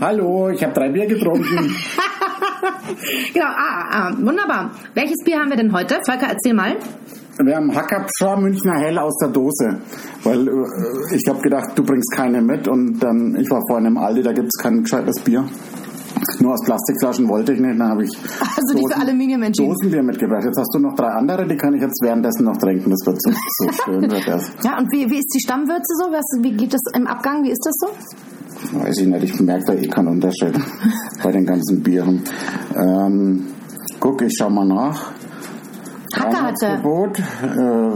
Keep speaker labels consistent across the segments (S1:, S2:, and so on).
S1: Hallo, ich habe drei Bier getrunken.
S2: Genau, ah, ah, wunderbar. Welches Bier haben wir denn heute? Volker, erzähl mal.
S1: Wir haben Hackapschor Münchner Hell aus der Dose, weil äh, ich habe gedacht, du bringst keine mit und dann, ich war vorhin im Aldi, da gibt's kein gescheites Bier. Nur aus Plastikflaschen wollte ich nicht, dann habe ich
S2: Also diese Aluminium-Entschieden.
S1: Dosenbier mitgebracht. Jetzt hast du noch drei andere, die kann ich jetzt währenddessen noch trinken. Das wird so, so schön, wird das.
S2: Ja, und wie, wie ist die Stammwürze so? Was, wie geht das im Abgang? Wie ist das so?
S1: Weiß ich nicht, ich merke da eh keinen Unterschied bei den ganzen Bieren. Ähm, guck, ich schau mal nach.
S2: Hacker hatte.
S1: Reinheitsgebot, äh,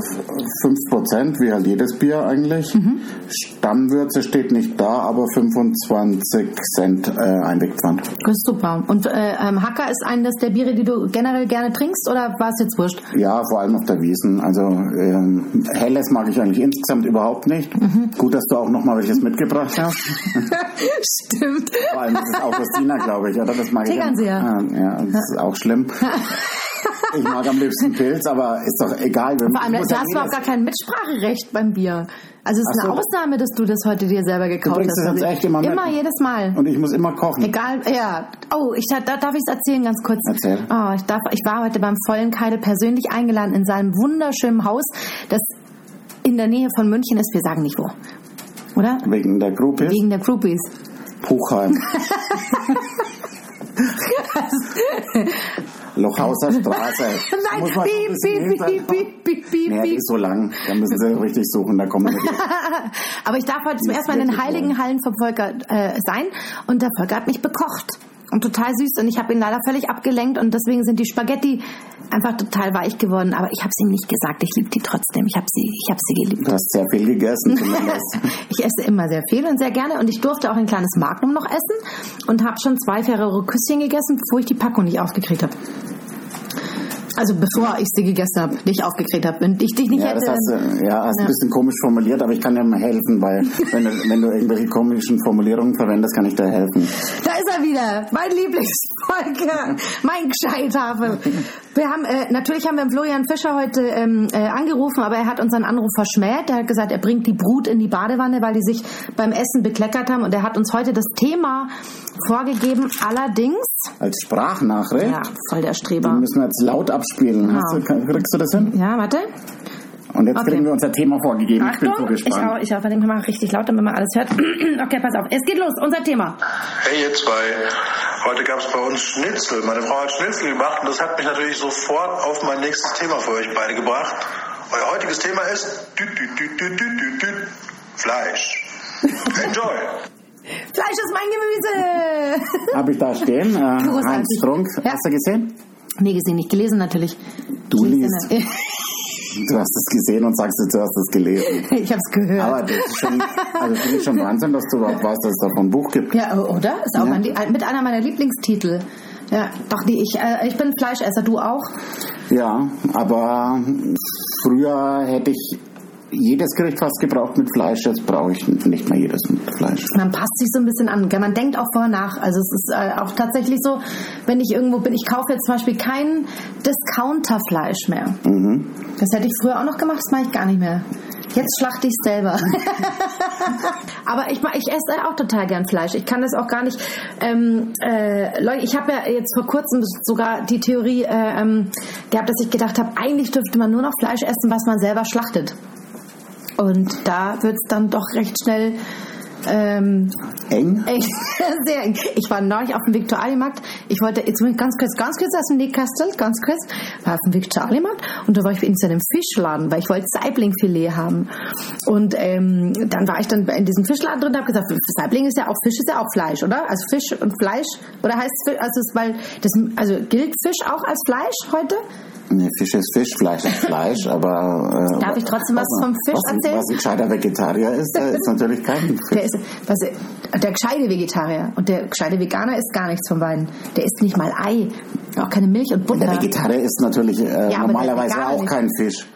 S1: 5%, wie halt jedes Bier eigentlich.
S2: Mhm.
S1: Stammwürze steht nicht da, aber 25 Cent äh, Einwegpfand.
S2: Das ist super. Und äh, ähm, Hacker ist eines der Biere, die du generell gerne trinkst oder war es jetzt wurscht?
S1: Ja, vor allem auf der Wiesen. Also ähm, Helles mag ich eigentlich insgesamt überhaupt nicht.
S2: Mhm.
S1: Gut, dass du auch nochmal welches mitgebracht hast.
S2: Stimmt.
S1: Vor allem ist es Augustiner, glaube ich, oder? Das mag ich. am-
S2: Tegernseer.
S1: Ah, ja, das ist auch schlimm. Ich mag am liebsten Pilz, aber ist doch egal. Wir
S2: Vor allem,
S1: ich muss
S2: da
S1: ja
S2: hast
S1: eh
S2: du auch gar kein Mitspracherecht beim Bier. Also es ist
S1: Ach
S2: eine
S1: so.
S2: Ausnahme, dass du das heute dir selber gekauft
S1: bringst
S2: hast.
S1: das jetzt echt immer mit?
S2: immer jedes Mal.
S1: das- Und ich muss immer kochen.
S2: Egal, ja. Oh, ich da, darf ich es erzählen ganz kurz.
S1: Erzähl.
S2: Oh, ich darf, ich war heute beim Vollenkeidel persönlich eingeladen in seinem wunderschönen Haus, das in der Nähe von München ist. Wir sagen nicht wo, oder?
S1: Wegen der Gruppe.
S2: Wegen der Groupies.
S1: Puchheim. Lochhauser Straße.
S2: Nein,
S1: Muss man schon ein
S2: piep,
S1: bisschen
S2: piep,
S1: hinter-
S2: piep, piep, piep,
S1: Nee, die
S2: piep.
S1: ist so lang. Da müssen sie richtig suchen. Da kommen wir
S2: Aber ich darf heute zum
S1: Ist
S2: ersten Mal in den
S1: wirklich
S2: heiligen Hallen vom Volker äh, sein und der Volker hat mich bekocht. Und total süß und ich habe ihn leider völlig abgelenkt und deswegen sind die Spaghetti einfach total weich geworden. Aber ich habe es ihm nicht gesagt, ich liebe die trotzdem. Ich habe sie, ich habe sie geliebt.
S1: Du hast sehr viel gegessen zumindest.
S2: ich esse immer sehr viel und sehr gerne und ich durfte auch ein kleines Magnum noch essen und habe schon zwei Ferrero Küsschen gegessen, bevor ich die Packung nicht aufgekriegt habe. Also bevor ich sie gegessen habe, nicht aufgekriegt habe. Wenn ich dich nicht
S1: Ja,
S2: hätte,
S1: das hast
S2: dann-
S1: du ja, hast ein bisschen komisch formuliert, aber ich kann dir mal helfen, weil wenn du, wenn du irgendwelche komischen Formulierungen verwendest, kann ich dir helfen.
S2: Da ist er wieder, mein Lieblingsfolge, mein Gescheithafe. Wir haben, äh, natürlich haben wir Florian Fischer heute ähm, äh, angerufen, aber er hat unseren Anruf verschmäht. Er hat gesagt, er bringt die Brut in die Badewanne, weil die sich beim Essen bekleckert haben. Und er hat uns heute das Thema vorgegeben. Allerdings,
S1: Als Sprachnachricht
S2: ja, voll der
S1: Wir
S2: Streber.
S1: müssen wir jetzt laut abspielen. Hast du, kriegst du das hin?
S2: Ja, warte.
S1: Und jetzt
S2: Okay.
S1: kriegen wir unser Thema vorgegeben. ich bin so
S2: ich hau,
S1: gespannt.
S2: ich hau bei dem mal richtig laut, damit man alles hört. Okay, pass auf. Es geht los, unser Thema.
S3: Hey, ihr zwei. Heute gab es bei uns Schnitzel. Meine Frau hat Schnitzel gemacht und das hat mich natürlich sofort auf mein nächstes Thema für euch beide gebracht. Euer heutiges Thema ist dü, dü, dü, dü, dü, dü, dü, Fleisch. Enjoy!
S2: Fleisch ist mein Gemüse.
S1: Habe ich da stehen? Äh,
S2: Großartig.
S1: Heinz Strunk,
S2: Ja.
S1: hast du gesehen?
S2: Nee, gesehen, nicht gelesen natürlich. ne?
S1: Du
S2: Ich lese
S1: liest.
S2: nicht.
S1: Du hast es gesehen und sagst jetzt, du hast es gelesen.
S2: Ich hab's gehört.
S1: Aber das ist schon, also finde ich schon Wahnsinn, dass du überhaupt weißt, dass es davon ein Buch gibt.
S2: ja, oder? Ist auch mein, äh, mit einer meiner Lieblingstitel. Ja, doch, die, ich, äh, ich bin Fleischesser, du auch.
S1: Ja, aber früher hätte ich jedes Gericht fast gebraucht mit Fleisch, jetzt brauche ich nicht mehr jedes mit Fleisch.
S2: Man passt sich so ein bisschen an. gell? Man denkt auch vorher nach. Also es ist äh, auch tatsächlich so, wenn ich irgendwo bin, ich kaufe jetzt zum Beispiel kein Discounterfleisch mehr. Das hätte ich früher auch noch gemacht, das mache ich gar nicht mehr. Jetzt schlachte ich selber. Aber ich, ma- ich esse auch total gern Fleisch. Ich kann das auch gar nicht. Ähm, äh, Leute, ich habe ja jetzt vor kurzem sogar die Theorie äh, ähm, gehabt, dass ich gedacht habe, eigentlich dürfte man nur noch Fleisch essen, was man selber schlachtet. Und da wird es dann doch recht schnell ähm,
S1: Eng?
S2: echt sehr eng. Ich war neulich auf dem Viktualienmarkt. Ich wollte, jetzt muss ich ganz kurz, ganz kurz aus dem Nähkastel, ganz kurz, war auf dem Viktualienmarkt und da war ich in so einem Fischladen, weil ich wollte Saiblingfilet haben. Und ähm, dann war ich dann in diesem Fischladen drin und habe gesagt, Saibling ist ja auch Fisch, ist ja auch Fleisch, oder? Also Fisch und Fleisch, oder heißt es, Fisch- also, es- weil das, also gilt Fisch auch als Fleisch heute?
S1: Nee, Fisch ist Fisch, Fleisch ist Fleisch, aber... Äh,
S2: Darf ich trotzdem was vom Fisch
S1: was, ein-
S2: erzählen?
S1: Was ein gescheiter Vegetarier ist, der ist natürlich kein Fisch.
S2: Der ist, was, der gescheite Vegetarier und der gescheite Veganer ist gar nichts von beiden. Der isst nicht mal Ei, auch keine Milch und Butter.
S1: Der Vegetarier ist natürlich äh,
S2: Ja, aber
S1: normalerweise
S2: der Veganer
S1: auch
S2: nicht.
S1: kein Fisch.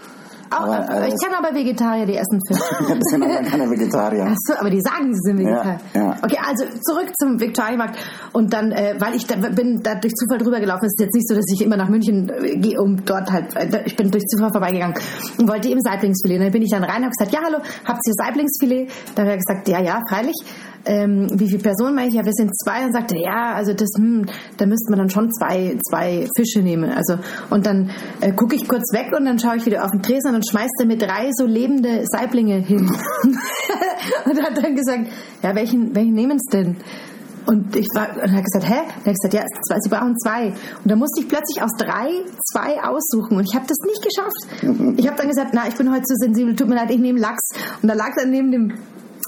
S2: Auch,
S1: aber äh,
S2: ich kenne aber Vegetarier, die essen Fisch.
S1: das sind aber keine Vegetarier.
S2: Achso, aber die sagen, sie sind Vegetarier.
S1: Ja, ja.
S2: Okay, also zurück zum Viktualienmarkt. Und dann, äh, weil ich da bin da durch Zufall drüber gelaufen, es ist jetzt nicht so, dass ich immer nach München äh, gehe, um dort halt, äh, ich bin durch Zufall vorbeigegangen und wollte eben Saiblingsfilet. Und dann bin ich dann rein und habe gesagt, ja, hallo, habt ihr Saiblingsfilet? Dann hat er gesagt, ja, ja, freilich. ähm, wie viele Personen meine ich? Ja, wir sind zwei. Und sagte, ja, also das, hm, da müsste man dann schon zwei, zwei Fische nehmen. Also, und dann äh, gucke ich kurz weg und dann schaue ich wieder auf den Tresen und dann schmeißt er mir drei so lebende Saiblinge hin. und hat dann gesagt, ja, welchen, welchen nehmen Sie denn? Und ich war, und er hat gesagt, hä? Und er hat gesagt, ja, zwei, sie brauchen zwei. Und da musste ich plötzlich aus drei zwei aussuchen. Und ich habe das nicht geschafft. Ich habe dann gesagt, na, ich bin heute zu sensibel, tut mir leid, ich nehme Lachs. Und da lag dann neben dem,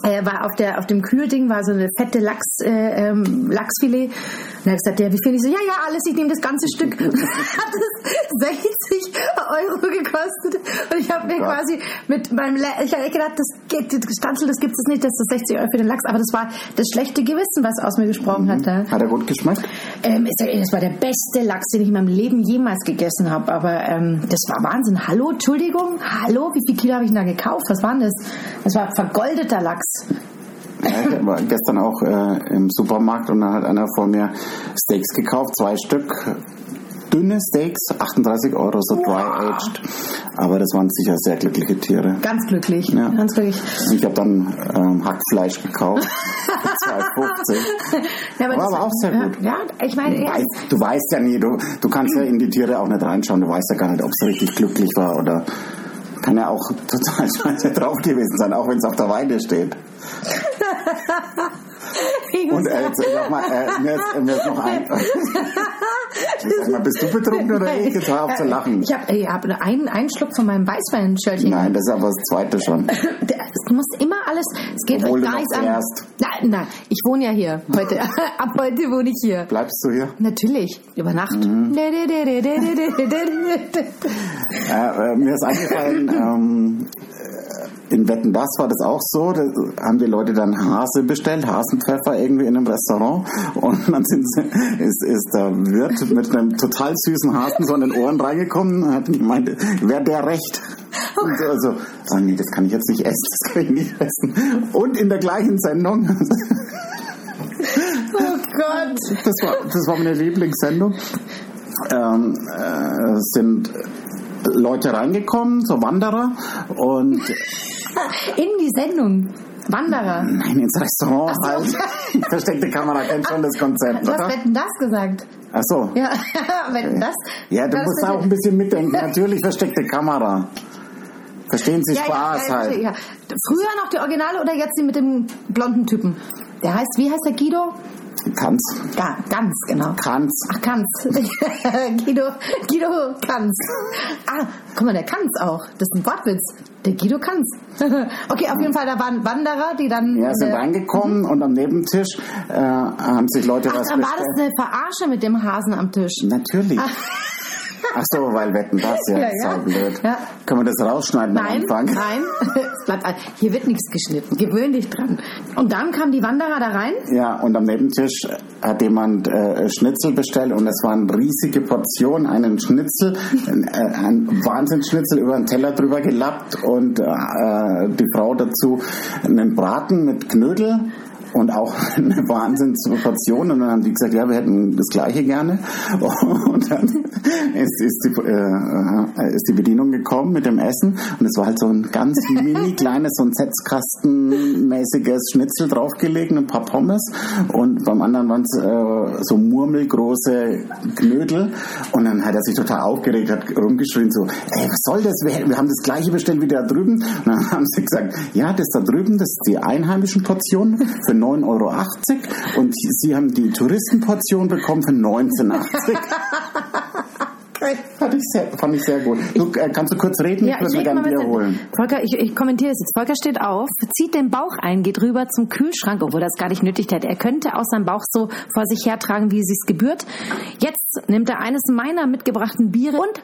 S2: äh, war auf der, auf dem Kühlding war so eine fette Lachs, äh, ähm, Lachsfilet. Und er hat gesagt, ja, wie viel? Ich so, ja, ja, alles, ich nehme das ganze Stück. Und hat das 60 Euro gekostet. Und ich habe mir
S1: Ja.
S2: quasi mit meinem, Le ich habe gedacht, das geht, das Stanzel, das gibt es nicht, das ist 60 Euro für den Lachs. Aber das war das schlechte Gewissen, was aus mir gesprochen hat. Ja.
S1: Hat er gut geschmeckt?
S2: Ähm, ich sag ehrlich, das war der beste Lachs, den ich in meinem Leben jemals gegessen habe. Aber ähm, das war Wahnsinn. Hallo, Entschuldigung, hallo, wie viel Kilo habe ich denn da gekauft? Was war denn das? Das war vergoldeter Lachs.
S1: Ja, ich war gestern auch äh, im Supermarkt und dann hat einer vor mir Steaks gekauft, zwei Stück. Dünne Steaks, 38 Euro, so dry-aged. Aber das waren sicher sehr glückliche Tiere.
S2: Ganz glücklich,
S1: Ja.
S2: ganz glücklich.
S1: Und ich habe dann ähm, Hackfleisch gekauft, für 2,50.
S2: Ja,
S1: War
S2: das-
S1: aber auch sehr
S2: ja,
S1: gut.
S2: Ja, ich meine,
S1: Du
S2: ja,
S1: weißt- Du weißt ja nie, du, du kannst ja in die Tiere auch nicht reinschauen, du weißt ja gar nicht, ob es richtig glücklich war oder kann ja auch total scheiße drauf gewesen sein, auch wenn es auf der Weide steht.
S2: ich muss
S1: Und äh, jetzt, sag mal, äh, mir, ist, mir ist noch ein. Sag mal, bist du betrunken oder ich? Jetzt hör auf zu lachen.
S2: Äh, Ich habe ich hab einen, einen Schluck von meinem Weißweinschörtchen.
S1: Nein, das ist aber das zweite schon.
S2: Der- Du musst immer alles, es geht
S1: Obwohl
S2: euch
S1: du
S2: gar
S1: noch
S2: nichts an.
S1: fährst.
S2: Nein, nein, ich wohne ja hier heute. Ab heute wohne ich hier.
S1: Bleibst du hier?
S2: Natürlich, über Nacht.
S1: Mhm. Äh, äh, mir ist eingefallen, ähm, äh, in Wetten das war das auch so. Da haben die Leute dann Hase bestellt, Hasenpfeffer irgendwie in einem Restaurant. Und dann sind sie, ist, ist der Wirt mit einem total süßen Hasen so an den Ohren reingekommen und hat gemeint, wäre der recht. Und so, so, ah nee, das kann ich jetzt nicht essen, das kann ich nicht essen. Und in der gleichen Sendung
S2: Oh Gott.
S1: das war, das war meine Lieblingssendung. Ähm, äh, sind Leute reingekommen, so Wanderer, und
S2: In die Sendung. Wanderer.
S1: nein, ins Restaurant
S2: Ach so.
S1: halt. Versteckte Kamera kennt schon das Konzept,
S2: Du hast
S1: oder?
S2: wetten das gesagt.
S1: Ach so.
S2: Ja, wetten das.
S1: Ja, du
S2: das
S1: musst da auch ein bisschen mitdenken. Natürlich versteckte Kamera. Verstehen Sie
S2: ja, ja,
S1: Spaß
S2: ja,
S1: halt.
S2: ja. Früher noch die Originale oder jetzt die mit dem blonden Typen? Der heißt, wie heißt der Guido?
S1: Kanz.
S2: Ja, Ganz, genau.
S1: Kanz.
S2: Ach, Kanz. Guido, Guido Kanz. Ah, guck mal, der Kanz auch. Das ist ein Wortwitz. Der Guido Kanz. okay, auf jeden Fall, da waren Wanderer, die dann...
S1: Ja, sind
S2: äh,
S1: reingekommen und am Nebentisch äh, haben sich Leute
S2: Ach,
S1: was
S2: dann war das
S1: bestellt.
S2: eine Verarsche mit dem Hasen am Tisch.
S1: Natürlich. Ach so, weil wetten das ja,
S2: Ja,
S1: ist
S2: ja.
S1: ja. blöd.
S2: Ja.
S1: Können wir das rausschneiden am
S2: Nein,
S1: Anfang?
S2: nein. Es bleibt ein- Hier wird nichts geschnitten. Gewöhn dich dran. Und dann kamen die Wanderer da rein.
S1: Ja, und am Nebentisch hat jemand äh, Schnitzel bestellt und es waren riesige Portionen, einen Schnitzel, äh, ein Wahnsinnsschnitzel über den Teller drüber gelappt und äh, die Frau dazu einen Braten mit Knödel und auch eine Wahnsinnsportion und dann haben die gesagt, ja, wir hätten das gleiche gerne und dann ist, ist, die, äh, ist die Bedienung gekommen mit dem Essen und es war halt so ein ganz mini kleines, so ein Setzkastenmäßiges Schnitzel draufgelegt und ein paar Pommes und beim anderen waren es äh, so murmelgroße Knödel und dann hat er sich total aufgeregt, hat rumgeschrien so, ey, was soll das, wir, wir haben das gleiche bestellt wie da drüben und dann haben sie gesagt, ja, das da drüben, das ist die einheimischen Portionen für 9,80 Euro und sie haben die Touristenportion bekommen für 19,80 Fand ich sehr, fand ich sehr gut. Du, äh, kannst du kurz reden? ich würde mir gerne
S2: mit-
S1: wiederholen.
S2: Volker, ich, ich kommentiere es jetzt. Volker steht auf, zieht den Bauch ein, geht rüber zum Kühlschrank, obwohl er es gar nicht nötig hätte. Er könnte aus seinem Bauch so vor sich hertragen, wie es sich gebührt. Jetzt nimmt er eines meiner mitgebrachten Biere und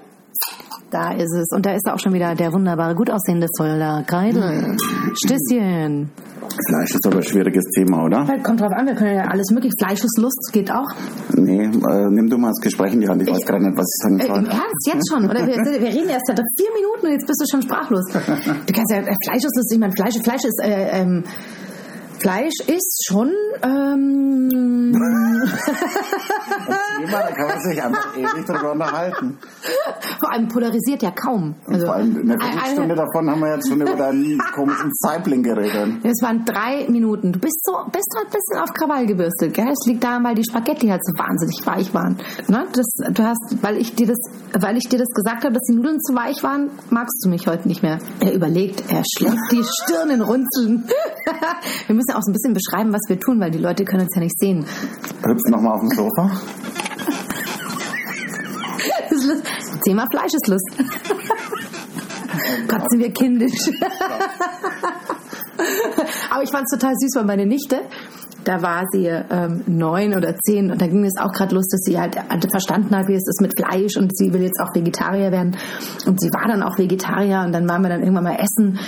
S2: da ist es. Und da ist er auch schon wieder der wunderbare, gut aussehende Soldat Kreidel. Stößchen.
S1: Fleisch ist aber ein schwieriges Thema, oder?
S2: Kommt drauf an, wir können ja alles mögliche. Fleischeslust geht auch.
S1: Nee, äh, nimm du mal das Gespräch in die Hand. Ich weiß gerade nicht, was ich sagen
S2: Äh, Im
S1: soll.
S2: Ernst, jetzt schon? Oder wir, wir reden erst seit vier Minuten und jetzt bist du schon sprachlos. Du kannst ja, äh, Fleisch ist lustig, ich meine, Fleisch, Fleisch ist, äh, ähm, Fleisch ist schon. Ähm, äh,
S1: Thema, da kann man sich einfach ewig drüber unterhalten.
S2: vor allem polarisiert ja kaum. Also,
S1: Und vor allem in der
S2: ein-
S1: Viertelstunde davon haben wir jetzt schon über deinen komischen Zeibling geredet.
S2: Es waren drei Minuten. Du bist so, bist halt ein bisschen auf Krawall gebürstet, gell? Es liegt daran, weil die Spaghetti halt so wahnsinnig weich waren. Ne? Das, du hast, weil ich dir das, weil ich dir das gesagt habe, dass die Nudeln zu weich waren, magst du mich heute nicht mehr. Er überlegt, er schlägt die Stirn in Runzeln. wir müssen auch so ein bisschen beschreiben, was wir tun, weil die Leute können uns ja nicht sehen.
S1: Hüpft nochmal auf dem Sofa.
S2: Das ist Lust. Thema Fleisch ist Lust. Gott, sind wir kindisch. Aber ich fand es total süß, weil meine Nichte, da war sie ähm, neun oder zehn und da ging es auch gerade los, dass sie halt verstanden hat, wie es ist mit Fleisch und sie will jetzt auch Vegetarier werden. Und sie war dann auch Vegetarier und dann waren wir dann irgendwann mal essen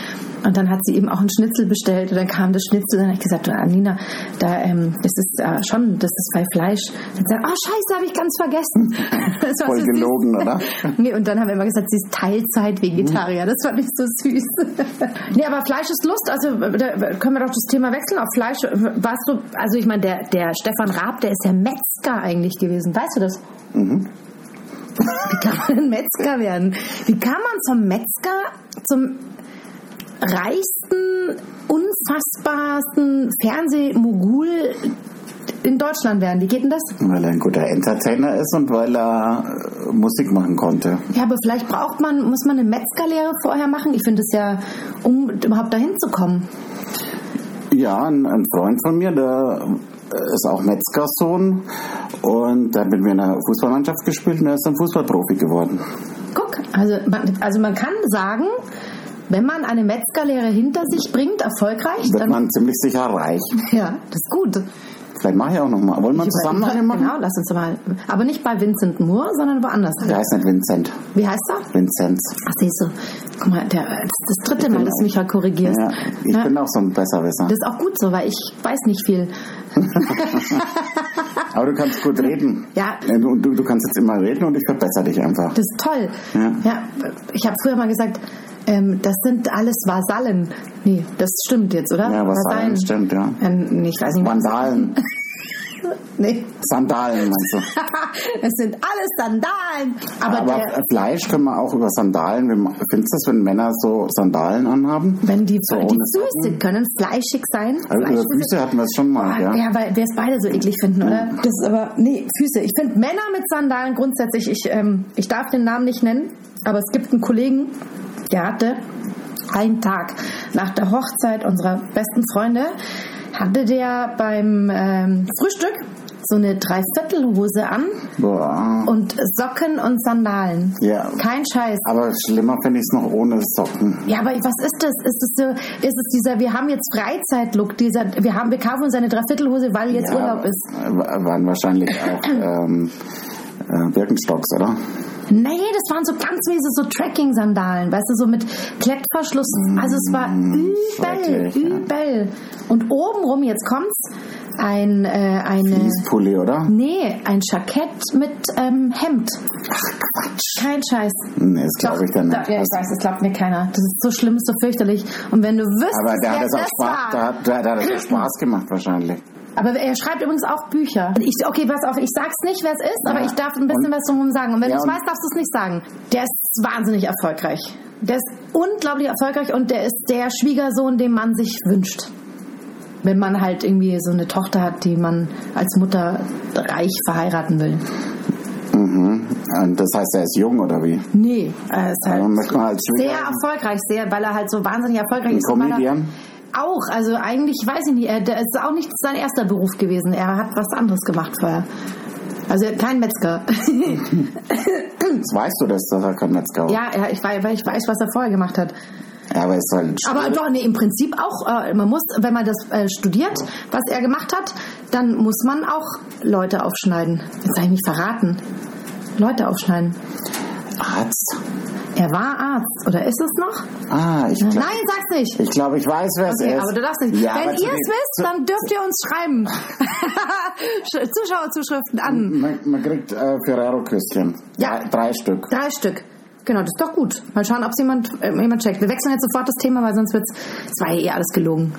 S2: und dann hat sie eben auch einen Schnitzel bestellt und dann kam das Schnitzel und dann habe ich gesagt, du Anina, da, ähm, das ist äh, schon, das ist bei Fleisch. Dann sagt, oh scheiße, habe ich ganz vergessen. Das war
S1: Voll
S2: so süß.
S1: gelogen, oder?
S2: Nee, und dann haben wir immer gesagt, sie ist Teilzeit-Vegetarier. Das fand ich so süß. nee, aber Fleisch ist Lust. Also da können wir doch das Thema wechseln auf Fleisch. Warst du, also ich meine, der, der Stefan Raab, der ist ja Metzger eigentlich gewesen. Weißt du das? Wie kann man denn Metzger werden? Wie kann man zum Metzger, zum reichsten, unfassbarsten Fernsehmogul in Deutschland werden? Wie geht denn das?
S1: Weil er ein guter Entertainer ist und weil er äh, Musik machen konnte.
S2: Ja, aber vielleicht braucht man, muss man eine Metzgerlehre vorher machen. Ich finde es ja, um überhaupt dahin zu kommen.
S1: Ja, ein, ein Freund von mir, der äh, ist auch Metzgersohn und der hat mit mir in der Fußballmannschaft gespielt und er ist dann Fußballprofi geworden.
S2: Guck, also man, also man kann sagen, wenn man eine Metzgerlehre hinter sich bringt, erfolgreich,
S1: Wird
S2: dann
S1: man ziemlich sicher reich.
S2: ja, das ist gut.
S1: Vielleicht mache ich auch nochmal. Wollen wir zusammen eine machen?
S2: Genau, lass uns mal. Aber nicht bei Vincent Moore, sondern woanders.
S1: Der heißt nicht Vincent.
S2: Wie heißt er?
S1: Vinzenz. genau.
S2: Ach, siehst du. Guck mal, der, das ist das dritte Mal, dass du mich ja korrigierst.
S1: Ja, ich
S2: Ja,
S1: bin auch so ein Besserwisser.
S2: das ist auch gut so, weil ich weiß nicht viel.
S1: Aber du kannst gut reden.
S2: Ja.
S1: Du, du, du kannst jetzt immer reden und ich verbessere dich einfach.
S2: Das ist toll.
S1: Ja.
S2: ich habe früher mal gesagt, ähm, das sind alles Vasallen. Nee, das stimmt jetzt, oder?
S1: Ja, Vasallen, stimmt, ja.
S2: Ähm, nee, ich weiß nicht.
S1: Vandalen.
S2: Nee.
S1: Sandalen meinst du?
S2: es sind alles Sandalen. Aber,
S1: Aber äh,
S2: der,
S1: Fleisch können wir auch über Sandalen. Wenn- Findest du das, wenn Männer so Sandalen anhaben?
S2: wenn die,
S1: So,
S2: die
S1: ohne
S2: Füße
S1: Socken.
S2: können fleischig sein.
S1: Also über
S2: Fleischfüße-
S1: Füße hatten wir es schon mal,
S2: Ah, Ja,
S1: ja.
S2: weil wir es beide so eklig finden, oder? Das ist aber, nee, Füße. Ich finde Männer mit Sandalen grundsätzlich, ich, ähm, ich darf den Namen nicht nennen, aber es gibt einen Kollegen, der hatte einen Tag nach der Hochzeit unserer besten Freunde, hatte der beim ähm, Frühstück so eine Dreiviertelhose an
S1: Boah.
S2: und Socken und Sandalen.
S1: Ja.
S2: Kein Scheiß.
S1: Aber schlimmer finde ich es noch ohne Socken.
S2: Ja, aber was ist das? Ist es so, ist es dieser, wir haben jetzt Freizeitlook, dieser, wir haben, wir kaufen uns eine Dreiviertelhose, weil jetzt
S1: Ja,
S2: Urlaub ist.
S1: w- Waren wahrscheinlich auch ähm, äh, Birkenstocks, oder?
S2: Nee, das waren so ganz miese so Trekking-Sandalen, weißt du, so mit Klettverschluss. Also es war übel,
S1: Mhm. schrecklich, ja.
S2: übel. Und obenrum, jetzt kommt's, ein, äh, eine...
S1: Fließpulli, oder?
S2: Nee, ein Jackett mit ähm, Hemd. Kein Scheiß.
S1: Nee, das glaube ich dann
S2: da-
S1: nicht.
S2: Ja, ich weiß, das glaubt mir keiner. Das ist so schlimm, ist so fürchterlich. Und wenn du wüsstest,
S1: Aber der hat
S2: wer
S1: das auch
S2: das war.
S1: Spaß, der hat, der, der hat das auch Spaß gemacht wahrscheinlich.
S2: Aber er schreibt übrigens auch Bücher. Ich, okay, pass auf, ich sag's nicht, wer es ist, aber
S1: Ja.
S2: ich darf ein bisschen
S1: Und-
S2: was drumherum sagen. Und wenn
S1: Ja,
S2: du es
S1: und-
S2: weißt, darfst du es nicht sagen. Der ist wahnsinnig erfolgreich. Der ist unglaublich erfolgreich und der ist der Schwiegersohn, den man sich wünscht. Wenn man halt irgendwie so eine Tochter hat, die man als Mutter reich verheiraten will.
S1: Mhm. Und das heißt, er ist jung, oder wie?
S2: Nee, er ist halt
S1: Dann möchte man als
S2: sehr
S1: Schwieger...
S2: erfolgreich, sehr, weil er halt so wahnsinnig erfolgreich
S1: Ein
S2: ist. und weil er-
S1: Comedian?
S2: Auch, also eigentlich weiß ich nicht, er, das ist auch nicht sein erster Beruf gewesen. Er hat was anderes gemacht vorher. Also kein Metzger.
S1: Jetzt weißt du das, dass er kein Metzger ist.
S2: ja, ja, ich weiß, weil ich weiß, was er vorher gemacht hat.
S1: Ja, aber es ist halt...
S2: Aber doch, nee, im Prinzip auch, äh, man muss, wenn man das äh, studiert, was er gemacht hat, dann muss man auch Leute aufschneiden. Jetzt habe ich mich verraten. Leute aufschneiden.
S1: Arzt?
S2: Er war Arzt, oder ist es noch?
S1: Ah, ich glaube,
S2: Nein, sag's nicht.
S1: ich, glaub, ich weiß, wer
S2: Okay,
S1: es ist.
S2: aber du darfst nicht.
S1: Ja,
S2: Wenn
S1: aber zu
S2: ihr es
S1: den-
S2: wisst, dann dürft ihr uns schreiben. Sch- Zuschauerzuschriften an.
S1: Man, man kriegt äh, Ferrero-Küsschen.
S2: Ja.
S1: Drei, drei Stück.
S2: Drei Stück. Genau, das ist doch gut. Mal schauen, ob es jemand, äh, jemand checkt. Wir wechseln jetzt sofort das Thema, weil sonst wird's. Es war ja eh alles gelogen.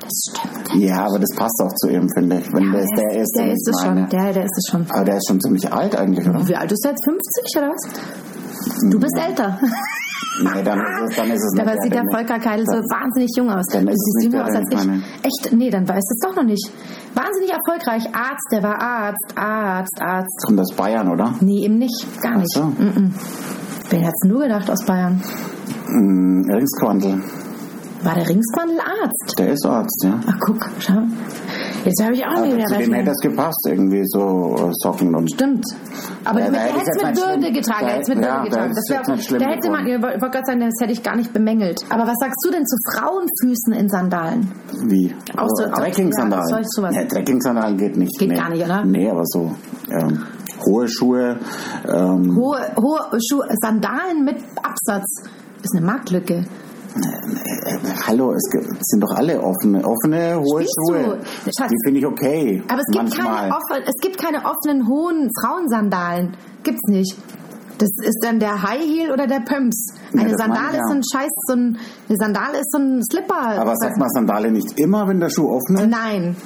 S2: Das stimmt.
S1: Ja, aber das passt auch zu ihm, finde ich. Wenn
S2: Ja,
S1: der, ist, der ist,
S2: der
S1: den
S2: ist
S1: ich
S2: es schon.
S1: meine.
S2: Der, der ist es schon.
S1: Aber der ist schon ziemlich alt eigentlich, oder?
S2: Wie alt ist der jetzt? 50 oder was? Du bist älter.
S1: Nee, dann ist es, dann ist es nicht
S2: Dabei
S1: der,
S2: sieht der
S1: den ich-
S2: Volker Keil so wahnsinnig jung aus.
S1: Dann
S2: du
S1: ist es
S2: siehst
S1: nicht
S2: jünger
S1: der, ne?
S2: aus als
S1: den ich
S2: ich.
S1: meine.
S2: Echt? Nee, dann weiß es doch noch nicht. Wahnsinnig erfolgreich. Arzt, der war Arzt, Arzt, Arzt.
S1: Kommt aus Bayern, oder?
S2: Nee, eben nicht. Gar nicht.
S1: so.
S2: Mm -mm. Wer hat's nur gedacht aus Bayern?
S1: Mhm, Ringsquantel.
S2: War der Ringsquandel Arzt?
S1: Der ist Arzt, ja.
S2: Ach, guck, schau. Jetzt habe ich auch nicht
S1: Aber
S2: wieder
S1: zu dem hätte
S2: rechnen.
S1: es gepasst, irgendwie so äh, Socken und
S2: Stimmt. Aber
S1: Ja,
S2: der
S1: da hätte
S2: hätte
S1: ich jetzt
S2: es mit
S1: nicht schlimm-
S2: Würde getragen.
S1: da
S2: Der hätte es mit
S1: hätte- ja,
S2: Würde
S1: da
S2: getragen.
S1: hätte
S2: Das
S1: ich
S2: wäre
S1: jetzt nicht schlimm
S2: auch, da hätte man,
S1: gefunden.
S2: ich wollte gerade sagen, das hätte ich gar nicht bemängelt. Aber was sagst du denn zu Frauenfüßen in Sandalen?
S1: wie?
S2: Auch so-
S1: Äh, Trekking-Sandalen.
S2: ja, solch sowas.
S1: nee, Trekking-Sandalen geht nicht.
S2: Geht
S1: nee.
S2: gar nicht, oder?
S1: Nee, aber so ähm, hohe Schuhe. Ähm,
S2: Hohe, hohe Schuhe, Sandalen mit Absatz. Ist eine Marktlücke.
S1: äh, hallo, es ge- es sind doch alle offene, offene hohe
S2: Spielst
S1: Schuhe.
S2: du? Schatz.
S1: Die finde ich okay.
S2: Aber es gibt,
S1: manchmal.
S2: keine, offen, es gibt keine offenen, hohen Frauensandalen. Gibt's nicht. Das ist dann der High Heel oder der Pumps.
S1: Ja,
S2: Eine
S1: das meine
S2: Sandale
S1: ich, ja.
S2: ist so ein Scheiß, so ein, eine Sandale ist so ein Slipper. Also,
S1: aber sagt man Sandale nicht immer, wenn der Schuh offen ist?
S2: Nein.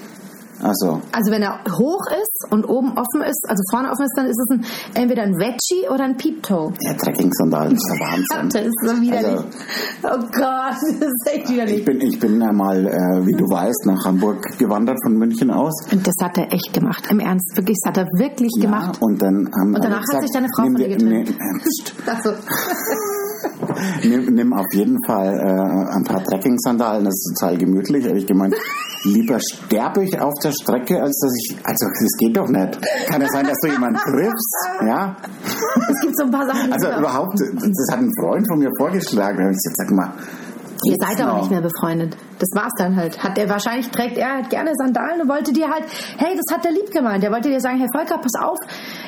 S1: Ach so.
S2: Also wenn er hoch ist und oben offen ist, also vorne offen ist, dann ist es ein, entweder ein Veggie oder ein Peep-Toe.
S1: Ja, Trekking-Sandalen ist der Wahnsinn.
S2: Das ist so widerlich.
S1: Also-
S2: oh Gott, das ist echt
S1: Ich
S2: widerlich.
S1: bin, ich bin einmal, äh, wie du weißt, nach Hamburg gewandert von München aus.
S2: Und das hat er echt gemacht. Im Ernst, wirklich, das hat er wirklich gemacht.
S1: Ja, und dann haben
S2: Und danach hat sich deine Frau
S1: nimm
S2: von dir
S1: dir-
S2: getrennt. Also,
S1: nimm-
S2: Ach so.
S1: Nimm, nimm auf jeden Fall äh, ein paar Trekking-Sandalen, das ist total gemütlich. Ehrlich gemeint, lieber sterbe ich auf der Strecke, als dass ich. Also, das geht doch nicht. Kann ja sein, dass du jemanden triffst, ja?
S2: Es gibt so ein paar Sachen, die
S1: Also,
S2: sind auch-
S1: überhaupt, das hat ein Freund von mir vorgeschlagen. Da hab ich gesagt, sag mal.
S2: Ihr
S1: geht's
S2: seid aber
S1: noch?
S2: nicht mehr befreundet. Das war's dann halt. Hat er wahrscheinlich trägt er halt gerne Sandalen und wollte dir halt, hey, das hat er lieb gemeint. Er wollte dir sagen, hey Volker, pass auf,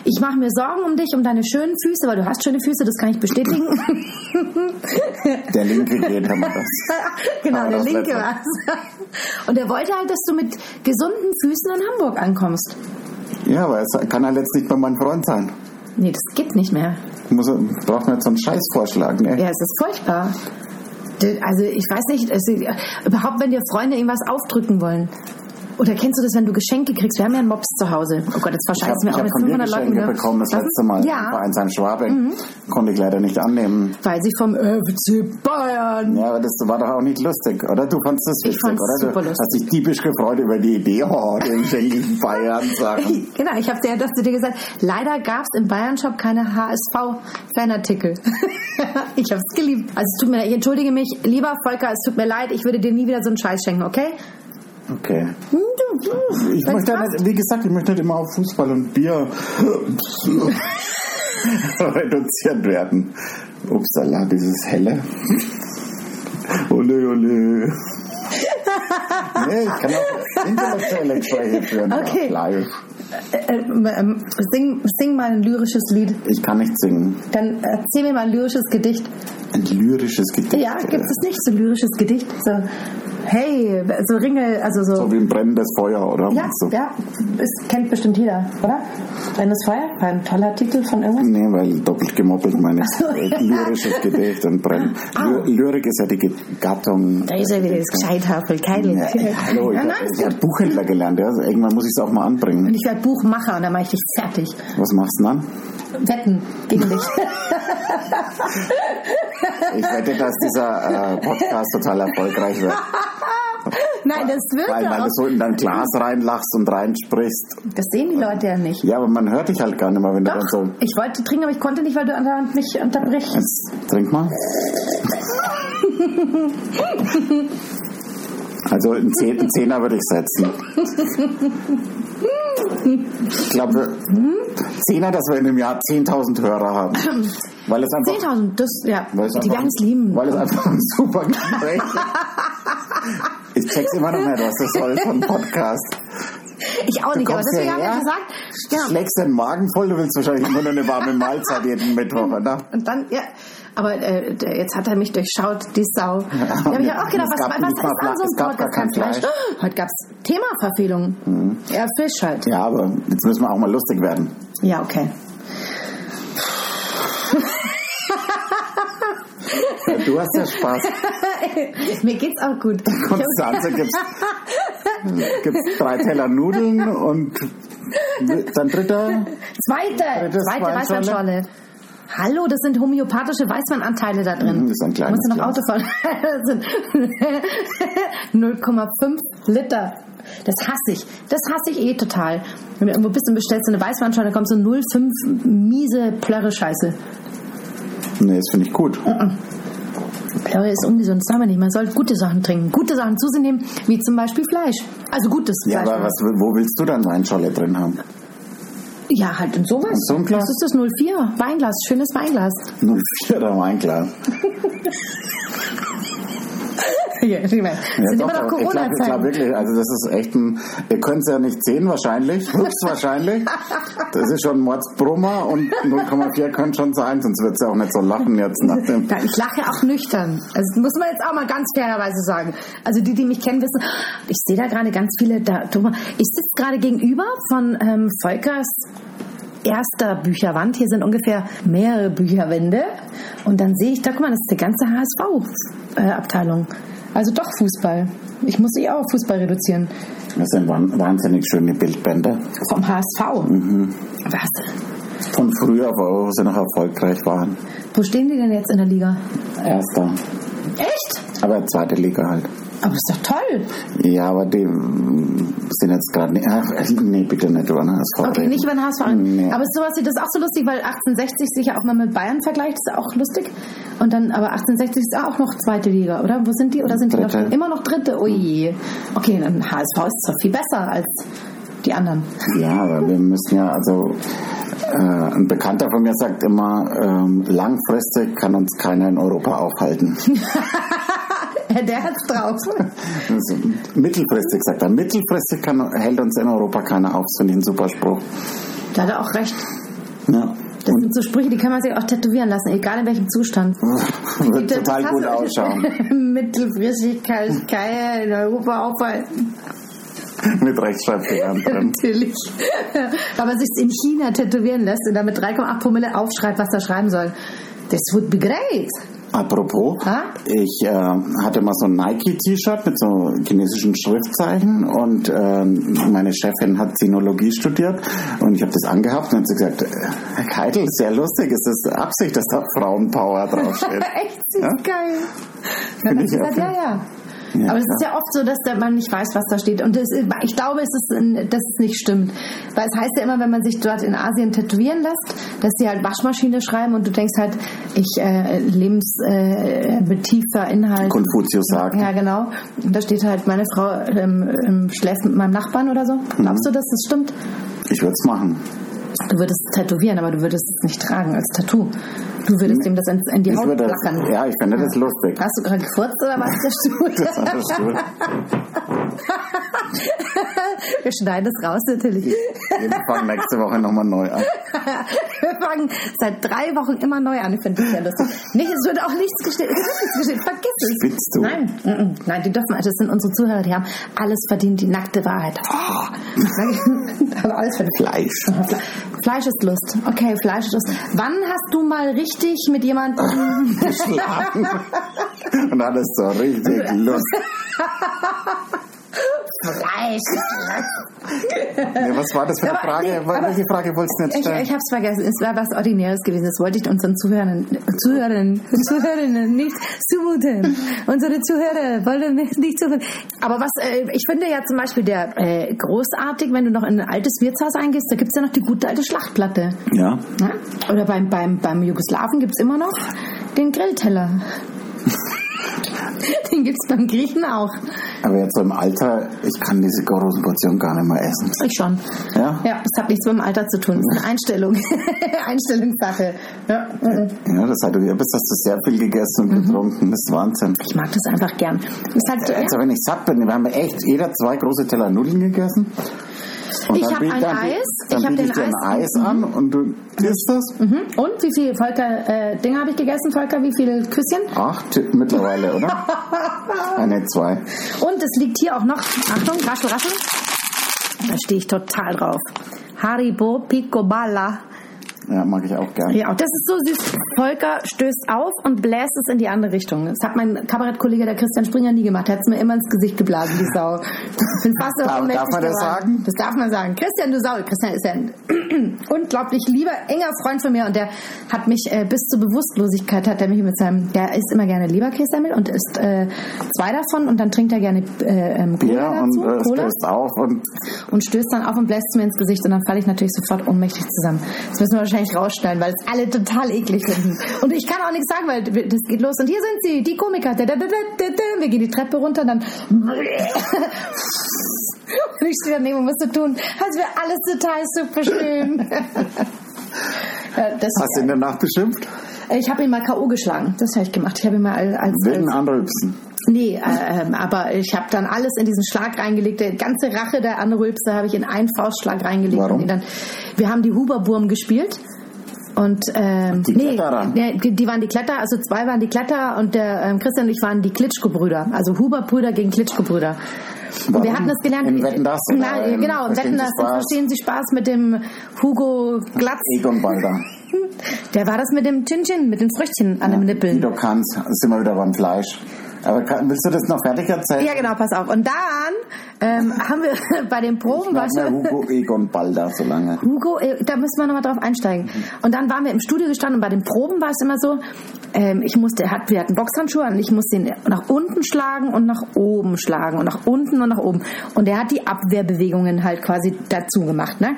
S2: ich mache mir Sorgen um dich, um deine schönen Füße, weil du hast schöne Füße, das kann ich bestätigen.
S1: Der linke geht, haben wir das.
S2: genau,
S1: Aber
S2: der
S1: das
S2: linke
S1: letzte.
S2: war's. Und er wollte halt, dass du mit gesunden Füßen in Hamburg ankommst.
S1: Ja, aber es kann halt er letztlich bei meinem Freund sein.
S2: Nee, das gibt nicht mehr.
S1: Muss, er- braucht man jetzt so einen Scheiß vorschlagen, ne?
S2: Ja, es ist furchtbar. D- Also ich weiß nicht, also, überhaupt wenn dir Freunde irgendwas aufdrücken wollen. Oder kennst du das, wenn du Geschenke kriegst? Wir haben ja einen Mops zu Hause. Oh Gott, jetzt
S1: Ich
S2: verscheißen
S1: habe
S2: wir
S1: ich
S2: auch
S1: hab
S2: mit
S1: von dir
S2: 500 Leuten.
S1: Geschenke
S2: ne?
S1: bekommen das
S2: Was?
S1: letzte Mal im
S2: Ja, Mhm.
S1: Vereinsheim Schwabing. Konnte ich leider nicht annehmen.
S2: weil sie vom äh, FC Bayern...
S1: Ja, aber das war doch auch nicht lustig, oder? Du fandst das witzig,
S2: fand's
S1: oder? Du
S2: super lustig.
S1: hast dich typisch gefreut über die Idee, oh, den Schenkel in Bayern sagen.
S2: Genau, ich habe dir, hab zu dir gesagt, leider gab es im Bayern-Shop keine HSV-Fanartikel. ich habe es geliebt. Also es tut mir leid, ich entschuldige mich. Lieber Volker, es tut mir leid, ich würde dir nie wieder so einen Scheiß schenken, okay?
S1: Okay.
S2: Hm, du- du-
S1: Ich
S2: wenn's
S1: möchte ja
S2: passt.
S1: nicht, wie gesagt, ich möchte nicht immer auf Fußball und Bier reduziert werden. Upsala, dieses helle. Ole, ole. nee, ich kann auch intellektuelle Gespräche führen.
S2: Okay.
S1: Ja, live.
S2: Äh, ähm, sing, sing mal ein lyrisches Lied.
S1: Ich kann nicht singen.
S2: Dann erzähl mir mal ein lyrisches Gedicht.
S1: Ein lyrisches Gedicht.
S2: Ja, gibt es nicht so ein lyrisches Gedicht? So, hey, so Ringel, also so.
S1: So wie ein brennendes Feuer, oder?
S2: ja,
S1: so.
S2: ja, es kennt bestimmt jeder, oder? Brennendes Feuer, war ein toller Titel von irgendwas.
S1: Nee, weil doppelt gemoppelt meine ich. Äh, Lyrisches Gedicht und brennen. Ly Lyrik ist ja die Ge- Gattung.
S2: Ah. Da ist er wieder, das Gescheithafel, Keidel.
S1: Ja, ey, hallo, ich
S2: Ja, nein, ist
S1: ich habe
S2: gut.
S1: Buchhändler gelernt. Ja. Also Irgendwann muss ich es auch mal
S2: Und
S1: anbringen.
S2: ich werde Buchmacher und dann mache ich dich fertig.
S1: Was machst du denn dann?
S2: Wetten gegen dich.
S1: Ich wette, dass dieser äh, Podcast total erfolgreich wird.
S2: Nein, das wird
S1: Weil, weil
S2: er
S1: du
S2: auch.
S1: so in dein Glas reinlachst und reinsprichst.
S2: Das sehen die Leute ja nicht.
S1: Ja, aber man hört dich halt gar nicht mehr, wenn du
S2: Doch,
S1: dann so.
S2: ich wollte trinken, aber ich konnte nicht, weil du andauernd mich unterbrichst.
S1: Jetzt trink mal. Also einen Zeh- einen Zehner würde ich setzen. Ich glaube, Zehner, dass wir in einem Jahr 10.000 Hörer haben. Weil es einfach...
S2: 10.000, das, ja,
S1: Weil es
S2: die
S1: einfach
S2: werden es lieben.
S1: Weil es einfach ein super Gespräch ist. Ich check's immer noch nicht, was das soll von Podcast.
S2: Ich auch nicht, aber
S1: kommst
S2: deswegen haben
S1: hierher,
S2: wir gesagt, genau.
S1: Schlägst den Magen voll, du willst wahrscheinlich immer nur eine warme Mahlzeit jeden Mittwoch, oder?
S2: Und dann, ja, aber äh, der- jetzt hat er mich durchschaut, die Sau. Da habe ich ja auch gedacht, was,
S1: Es gab
S2: was
S1: nicht mal
S2: ist
S1: Fle-
S2: an so
S1: es
S2: einem
S1: gab gar
S2: Podcast?
S1: kein
S2: Kein Fleisch.
S1: Fleisch. Mhm.
S2: Oh, heute gab es Themaverfehlung. Ja, Fisch halt.
S1: Ja, aber jetzt müssen wir auch mal lustig werden.
S2: Ja, okay.
S1: Ja, Du hast ja Spaß.
S2: Mir geht's auch gut.
S1: Konstanze Also gibt's Gibt drei Teller Nudeln und dann dritter.
S2: Zweite,
S1: Drittes
S2: zweite
S1: Weißweinschorle.
S2: Weißweinschorle. Hallo, das sind homöopathische Weißweinanteile da drin.
S1: Mhm, das ist ein
S2: da
S1: kleines
S2: musst du noch
S1: Glas.
S2: Auto fahren. Das sind 0,5 Liter. Das hasse ich. Das hasse ich eh total. Wenn du irgendwo bist und bestellst so eine Weißweinschorle, kommt so 0,5 miese Plörre-Scheiße.
S1: Nee, das finde ich gut.
S2: Plörre ist ungesund, das sagen wir nicht. Man soll gute Sachen trinken. Gute Sachen zu sich nehmen, wie zum Beispiel Fleisch. Also gutes
S1: Ja,
S2: Fleisch.
S1: aber was, wo willst du dann Weinscholle drin haben?
S2: ja halt in sowas.
S1: In so einem Glas?
S2: Das ist das 04. Weinglas, schönes Weinglas.
S1: Nur vier oder Weinglas.
S2: Ja, ich meine,
S1: Ja,
S2: sind
S1: doch,
S2: immer noch
S1: aber ich glaub- Ich glaube
S2: Corona-Zeiten.
S1: wirklich, also das ist echt ein, ihr könnt es ja nicht sehen wahrscheinlich, höchstwahrscheinlich. Das ist schon Mordsbrummer und 0,4 können schon sein, sonst wird es ja auch nicht so lachen jetzt nach dem.
S2: Ja, ich lache auch nüchtern. Also muss man jetzt auch mal ganz fairerweise sagen. Also die, die mich kennen, wissen, ich sehe da gerade ganz viele da. Thomas, Ich sitze gerade gegenüber von ähm, Volkers erster Bücherwand. Hier sind ungefähr mehrere Bücherwände. Und dann sehe ich, da guck mal, das ist die ganze HSV-Abteilung. äh, Also doch Fußball. Ich muss eh auch Fußball reduzieren.
S1: Das sind wan- wahnsinnig schöne Bildbände.
S2: Vom HSV. Was?
S1: Von früher, wo sie noch erfolgreich waren.
S2: Wo stehen die denn jetzt in der Liga?
S1: Erster.
S2: Echt?
S1: Aber zweite Liga halt.
S2: Aber ist doch toll.
S1: Ja, aber die mm, sind jetzt gerade nicht. Ach, nee, bitte nicht über den HSV.
S2: Okay,
S1: reden.
S2: nicht über den HSV.
S1: Nee.
S2: Aber sowas das ist auch so lustig, weil 1860 sich ja auch mal mit Bayern vergleicht, ist auch lustig. Und dann, aber 1860 ist auch noch zweite Liga, oder? Wo sind die? Oder sind die
S1: Dritte.
S2: noch, immer noch dritte? Ui. Okay, dann HSV ist zwar viel besser als die anderen.
S1: Ja, aber wir müssen ja, also äh, ein Bekannter von mir sagt immer, ähm, langfristig kann uns keiner in Europa aufhalten.
S2: Der hat's drauf.
S1: Also, mittelfristig sagt er, mittelfristig kann, hält uns in Europa keiner auf, finde ich ein super Spruch.
S2: Da hat er auch recht.
S1: Ja.
S2: Das sind so Sprüche, die kann man sich auch tätowieren lassen, egal in welchem Zustand.
S1: Wird total gut ausschauen.
S2: Mittelfristig kann keiner in Europa aufhalten.
S1: Mit Rechtschreibfehlern drin.
S2: Natürlich. Aber sich in China tätowieren lässt und dann mit 3,8 Promille aufschreibt, was er schreiben soll. Das would be great.
S1: Apropos,
S2: Ah?
S1: ich äh, hatte mal so ein Nike-T-Shirt mit so chinesischen Schriftzeichen und ähm, meine Chefin hat Sinologie studiert und ich habe das angehabt und hat sie gesagt, äh, Herr Keitel, sehr lustig, es ist Absicht, dass da Frauenpower draufsteht.
S2: Echt, das ist
S1: Ja?
S2: geil. Dann
S1: Finde
S2: hat
S1: ich
S2: sie gesagt, ja,
S1: auch.
S2: ja.
S1: Ja,
S2: Aber es ist ja oft so, dass der- man nicht weiß, was da steht. Und das, ist- ich glaube, es ist, ein- dass es nicht stimmt. Weil es heißt ja immer, wenn man sich dort in Asien tätowieren lässt, dass sie halt Waschmaschine schreiben und du denkst halt, ich äh, lebensbetiefer äh, betiefer Inhalt.
S1: Konfuzius sagt,
S2: Ja, genau. Und da steht halt, meine Frau ähm, ähm, schläft mit meinem Nachbarn oder so. Glaubst du, dass das stimmt?
S1: ich würde es machen.
S2: Du würdest es tätowieren, aber du würdest es nicht tragen als Tattoo. Du würdest ihm das in, in die
S1: Hm. Ich
S2: Haut
S1: würde,
S2: flackern.
S1: ja, ich fände das lustig.
S2: Hast du gerade gefurzt oder was? Der Stuhl?
S1: Das war das Schlimme.
S2: Wir schneiden das raus natürlich.
S1: Wir fangen nächste Woche nochmal neu an.
S2: Wir fangen seit drei Wochen immer neu an. Ich finde das sehr lustig. Nicht, es wird auch nichts gestellt. Es wird nichts gestellt. Vergiss es.
S1: Spinnst du?
S2: Nein, mm, mm. nein, die dürfen, das sind unsere Zuhörer, die haben alles verdient, die nackte Wahrheit. Oh, haben alles verdient.
S1: Oh. Fleisch.
S2: Fleisch ist Lust. Okay, Fleisch ist Lust. Wann hast du mal richtig mit jemandem
S1: Schlafen. Und dann ist so richtig Lust.
S2: Fleisch? ist Lust.
S1: Nee, was war das für eine
S2: Aber-
S1: Frage?
S2: nee, aber-
S1: Welche Frage wolltest du jetzt
S2: Ich, ich
S1: stellen?
S2: habe es vergessen. Es war was Ordinäres gewesen. Das wollte ich unseren Zuhörern, Zuhörern, Zuhörerinnen nicht zumuten. Unsere Zuhörer wollen mir nicht zuhören. Aber was, äh, ich finde ja zum Beispiel der äh, großartig, wenn du noch in ein altes Wirtshaus eingehst, da gibt's ja noch die gute alte Schlachtplatte.
S1: Ja.
S2: Ne? Oder beim, beim, beim Jugoslawen gibt's immer noch den Grillteller. den gibt's beim Griechen auch.
S1: Aber jetzt so im Alter, ich kann diese großen Portionen gar nicht mehr essen.
S2: Ich schon.
S1: Ja?
S2: Ja, das hat nichts mit dem Alter zu tun. Das ist eine Einstellung. Einstellungssache. Ja. mhm.
S1: Ja, das hatte ich. Bis hast du sehr viel gegessen und getrunken. Das ist Wahnsinn.
S2: Ich mag das einfach gern. Ist halt, ja,
S1: Also wenn ich satt bin, wir haben echt jeder zwei große Teller Nudeln gegessen. Und
S2: Ich
S1: dann
S2: hab
S1: biet-
S2: ein
S1: dann biet-
S2: Eis.
S1: Dann
S2: Ich hab
S1: biete ich
S2: den
S1: dir ein Eis
S2: Eis.
S1: an und du isst das.
S2: mhm. Und wie viel Volker äh, Dinge habe ich gegessen, Volker? Wie viele Küsschen?
S1: Acht mittlerweile, oder? ah, ne, zwei.
S2: Und es liegt hier auch noch, Achtung, raschel, raschel. Da stehe ich total drauf. Haribo Picoballa.
S1: Ja, mag ich auch gern.
S2: Ja, und das ist so süß. Volker stößt auf und bläst es in die andere Richtung. Das hat mein Kabarettkollege, der Christian Springer, nie gemacht. Der hat es mir immer ins Gesicht geblasen, die Sau. Ich bin fast
S1: Darf-
S2: ohnmächtig
S1: darf man das
S2: geworden.
S1: sagen?
S2: Das darf man sagen. Christian, du Sau. Christian ist ja ein unglaublich lieber, enger Freund von mir und der hat mich äh, bis zur Bewusstlosigkeit, hat er mich mit seinem, der isst immer gerne Leberkäse damit und isst äh, zwei davon und dann trinkt er gerne äh, ähm, Cola
S1: Ja, und
S2: dazu.
S1: äh, es
S2: Cola
S1: bläst auch und
S2: und stößt dann auf und bläst es mir ins Gesicht und dann falle ich natürlich sofort ohnmächtig zusammen. Das müssen wir wahrscheinlich rausstellen, weil es alle total eklig finden. Und ich kann auch nichts sagen, weil das geht los und hier sind sie, die Komiker. Da, da, da, da, da. Wir gehen die Treppe runter, dann und ich stehe daneben und muss so tun, als wäre alles total super schön. Ja, das,
S1: hast du in der Nacht beschimpft?
S2: ich habe ihn mal K.O. geschlagen. Das habe ich gemacht. Ich habe ihn mal als, als
S1: Wegen Anrülpsen.
S2: Nee, äh, ähm, aber ich habe dann alles in diesen Schlag reingelegt. Die ganze Rache der Anrülpse habe ich in einen Faustschlag reingelegt. Und
S1: Warum?
S2: die dann, wir haben die Huberburm gespielt. Und ähm,
S1: Die
S2: nee,
S1: Kletterer.
S2: nee, die, die waren die Kletter, also zwei waren die Kletter und der ähm, Christian und ich waren die Klitschko-Brüder, also Huber-Brüder gegen Klitschko-Brüder. Und wir
S1: Warum?
S2: hatten das gelernt.
S1: Im Wetten, dass?
S2: Na,
S1: Oder im
S2: genau, im
S1: Verstehen
S2: Wetten
S1: Sie
S2: das und
S1: Spaß?
S2: verstehen Sie Spaß mit dem Hugo Glatz.
S1: Egon Balder.
S2: Der war das mit dem Chin-Chin, mit den Früchtchen an den Nippeln.
S1: Wie du kannst, sind wir wieder beim Fleisch. Aber kann, willst du das noch fertig erzählen?
S2: Ja, genau, pass auf. Und dann ähm, haben wir bei den Proben war
S1: Mach mal
S2: schon.
S1: Hugo Egon Balder so lange.
S2: Hugo, äh, da müssen wir nochmal drauf einsteigen. Und dann waren wir im Studio gestanden und bei den Proben war es immer so, ähm, ich musste, er hat, wir hatten Boxhandschuhe und ich musste ihn nach unten schlagen und nach oben schlagen und nach unten und nach oben. Und er hat die Abwehrbewegungen halt quasi dazu gemacht. Ne?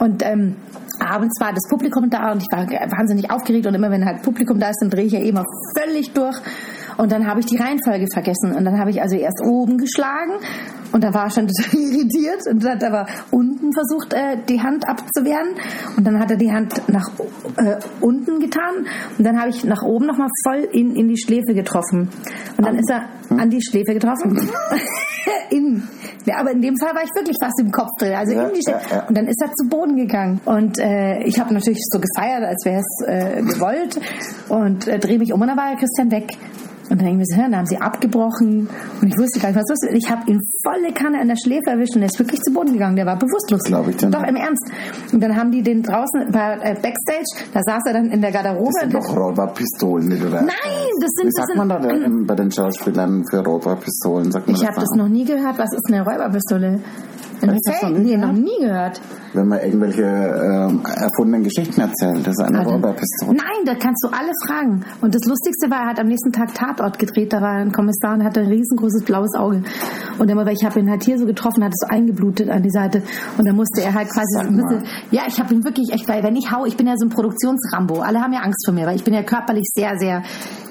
S2: Und ähm, abends war das Publikum da und ich war wahnsinnig aufgeregt und immer wenn halt Publikum da ist, dann drehe ich ja immer völlig durch. Und dann habe ich die Reihenfolge vergessen und dann habe ich also erst oben geschlagen und da war er schon total irritiert und hat aber unten versucht, äh, die Hand abzuwehren. Und dann hat er die Hand nach äh, unten getan. Und dann habe ich nach oben nochmal voll in, in die Schläfe getroffen. Und dann ist er
S1: Hm?
S2: an die Schläfe getroffen. in, ja, aber in dem Fall war ich wirklich fast im Kopf drin. Also
S1: Ja,
S2: in die Schläfe.
S1: ja, ja.
S2: Und dann ist er zu Boden gegangen. Und äh, ich habe natürlich so gefeiert, als wäre es äh, gewollt. Und äh, drehe mich um und dann war der Christian weg. Und dann denke ich mir so, hä, dann haben sie abgebrochen. Und ich wusste gar nicht, was los ist. Ich habe ihn volle Kanne an der Schläfe erwischt und er ist wirklich zu Boden gegangen. Der war bewusstlos.
S1: Glaub ich dir
S2: Doch,
S1: nicht.
S2: im Ernst. Und dann haben die den draußen bei äh, Backstage, da saß er dann in der Garderobe.
S1: Das sind
S2: und-
S1: doch Räuberpistolen, nicht, oder?
S2: Nein, das sind...
S1: Wie
S2: das
S1: sagt
S2: sind
S1: man da denn in- bei den Schauspielern für Räuberpistolen? Sagt man
S2: ich habe das
S1: da?
S2: noch nie gehört. Was ist eine Räuberpistole? Ein
S1: das
S2: Fake?
S1: noch
S2: Nee,
S1: nie
S2: noch nie gehört.
S1: Wenn man irgendwelche ähm, erfundenen Geschichten erzählt, das ist eine
S2: Warte.
S1: Räuberpistole.
S2: Nein, da kannst du alle fragen. Und das Lustigste war, er hat am nächsten Tag Tatort gedreht. Da war ein Kommissar und hatte ein riesengroßes blaues Auge. Und immer, weil ich habe ihn halt hier so getroffen, hat es so eingeblutet an die Seite. Und dann musste er halt quasi
S1: Sag
S2: so ein bisschen.
S1: mal.
S2: Ja, ich habe ihn wirklich echt, weil wenn ich hau, ich bin ja so ein Produktionsrambo. Alle haben ja Angst vor mir, weil ich bin ja körperlich sehr, sehr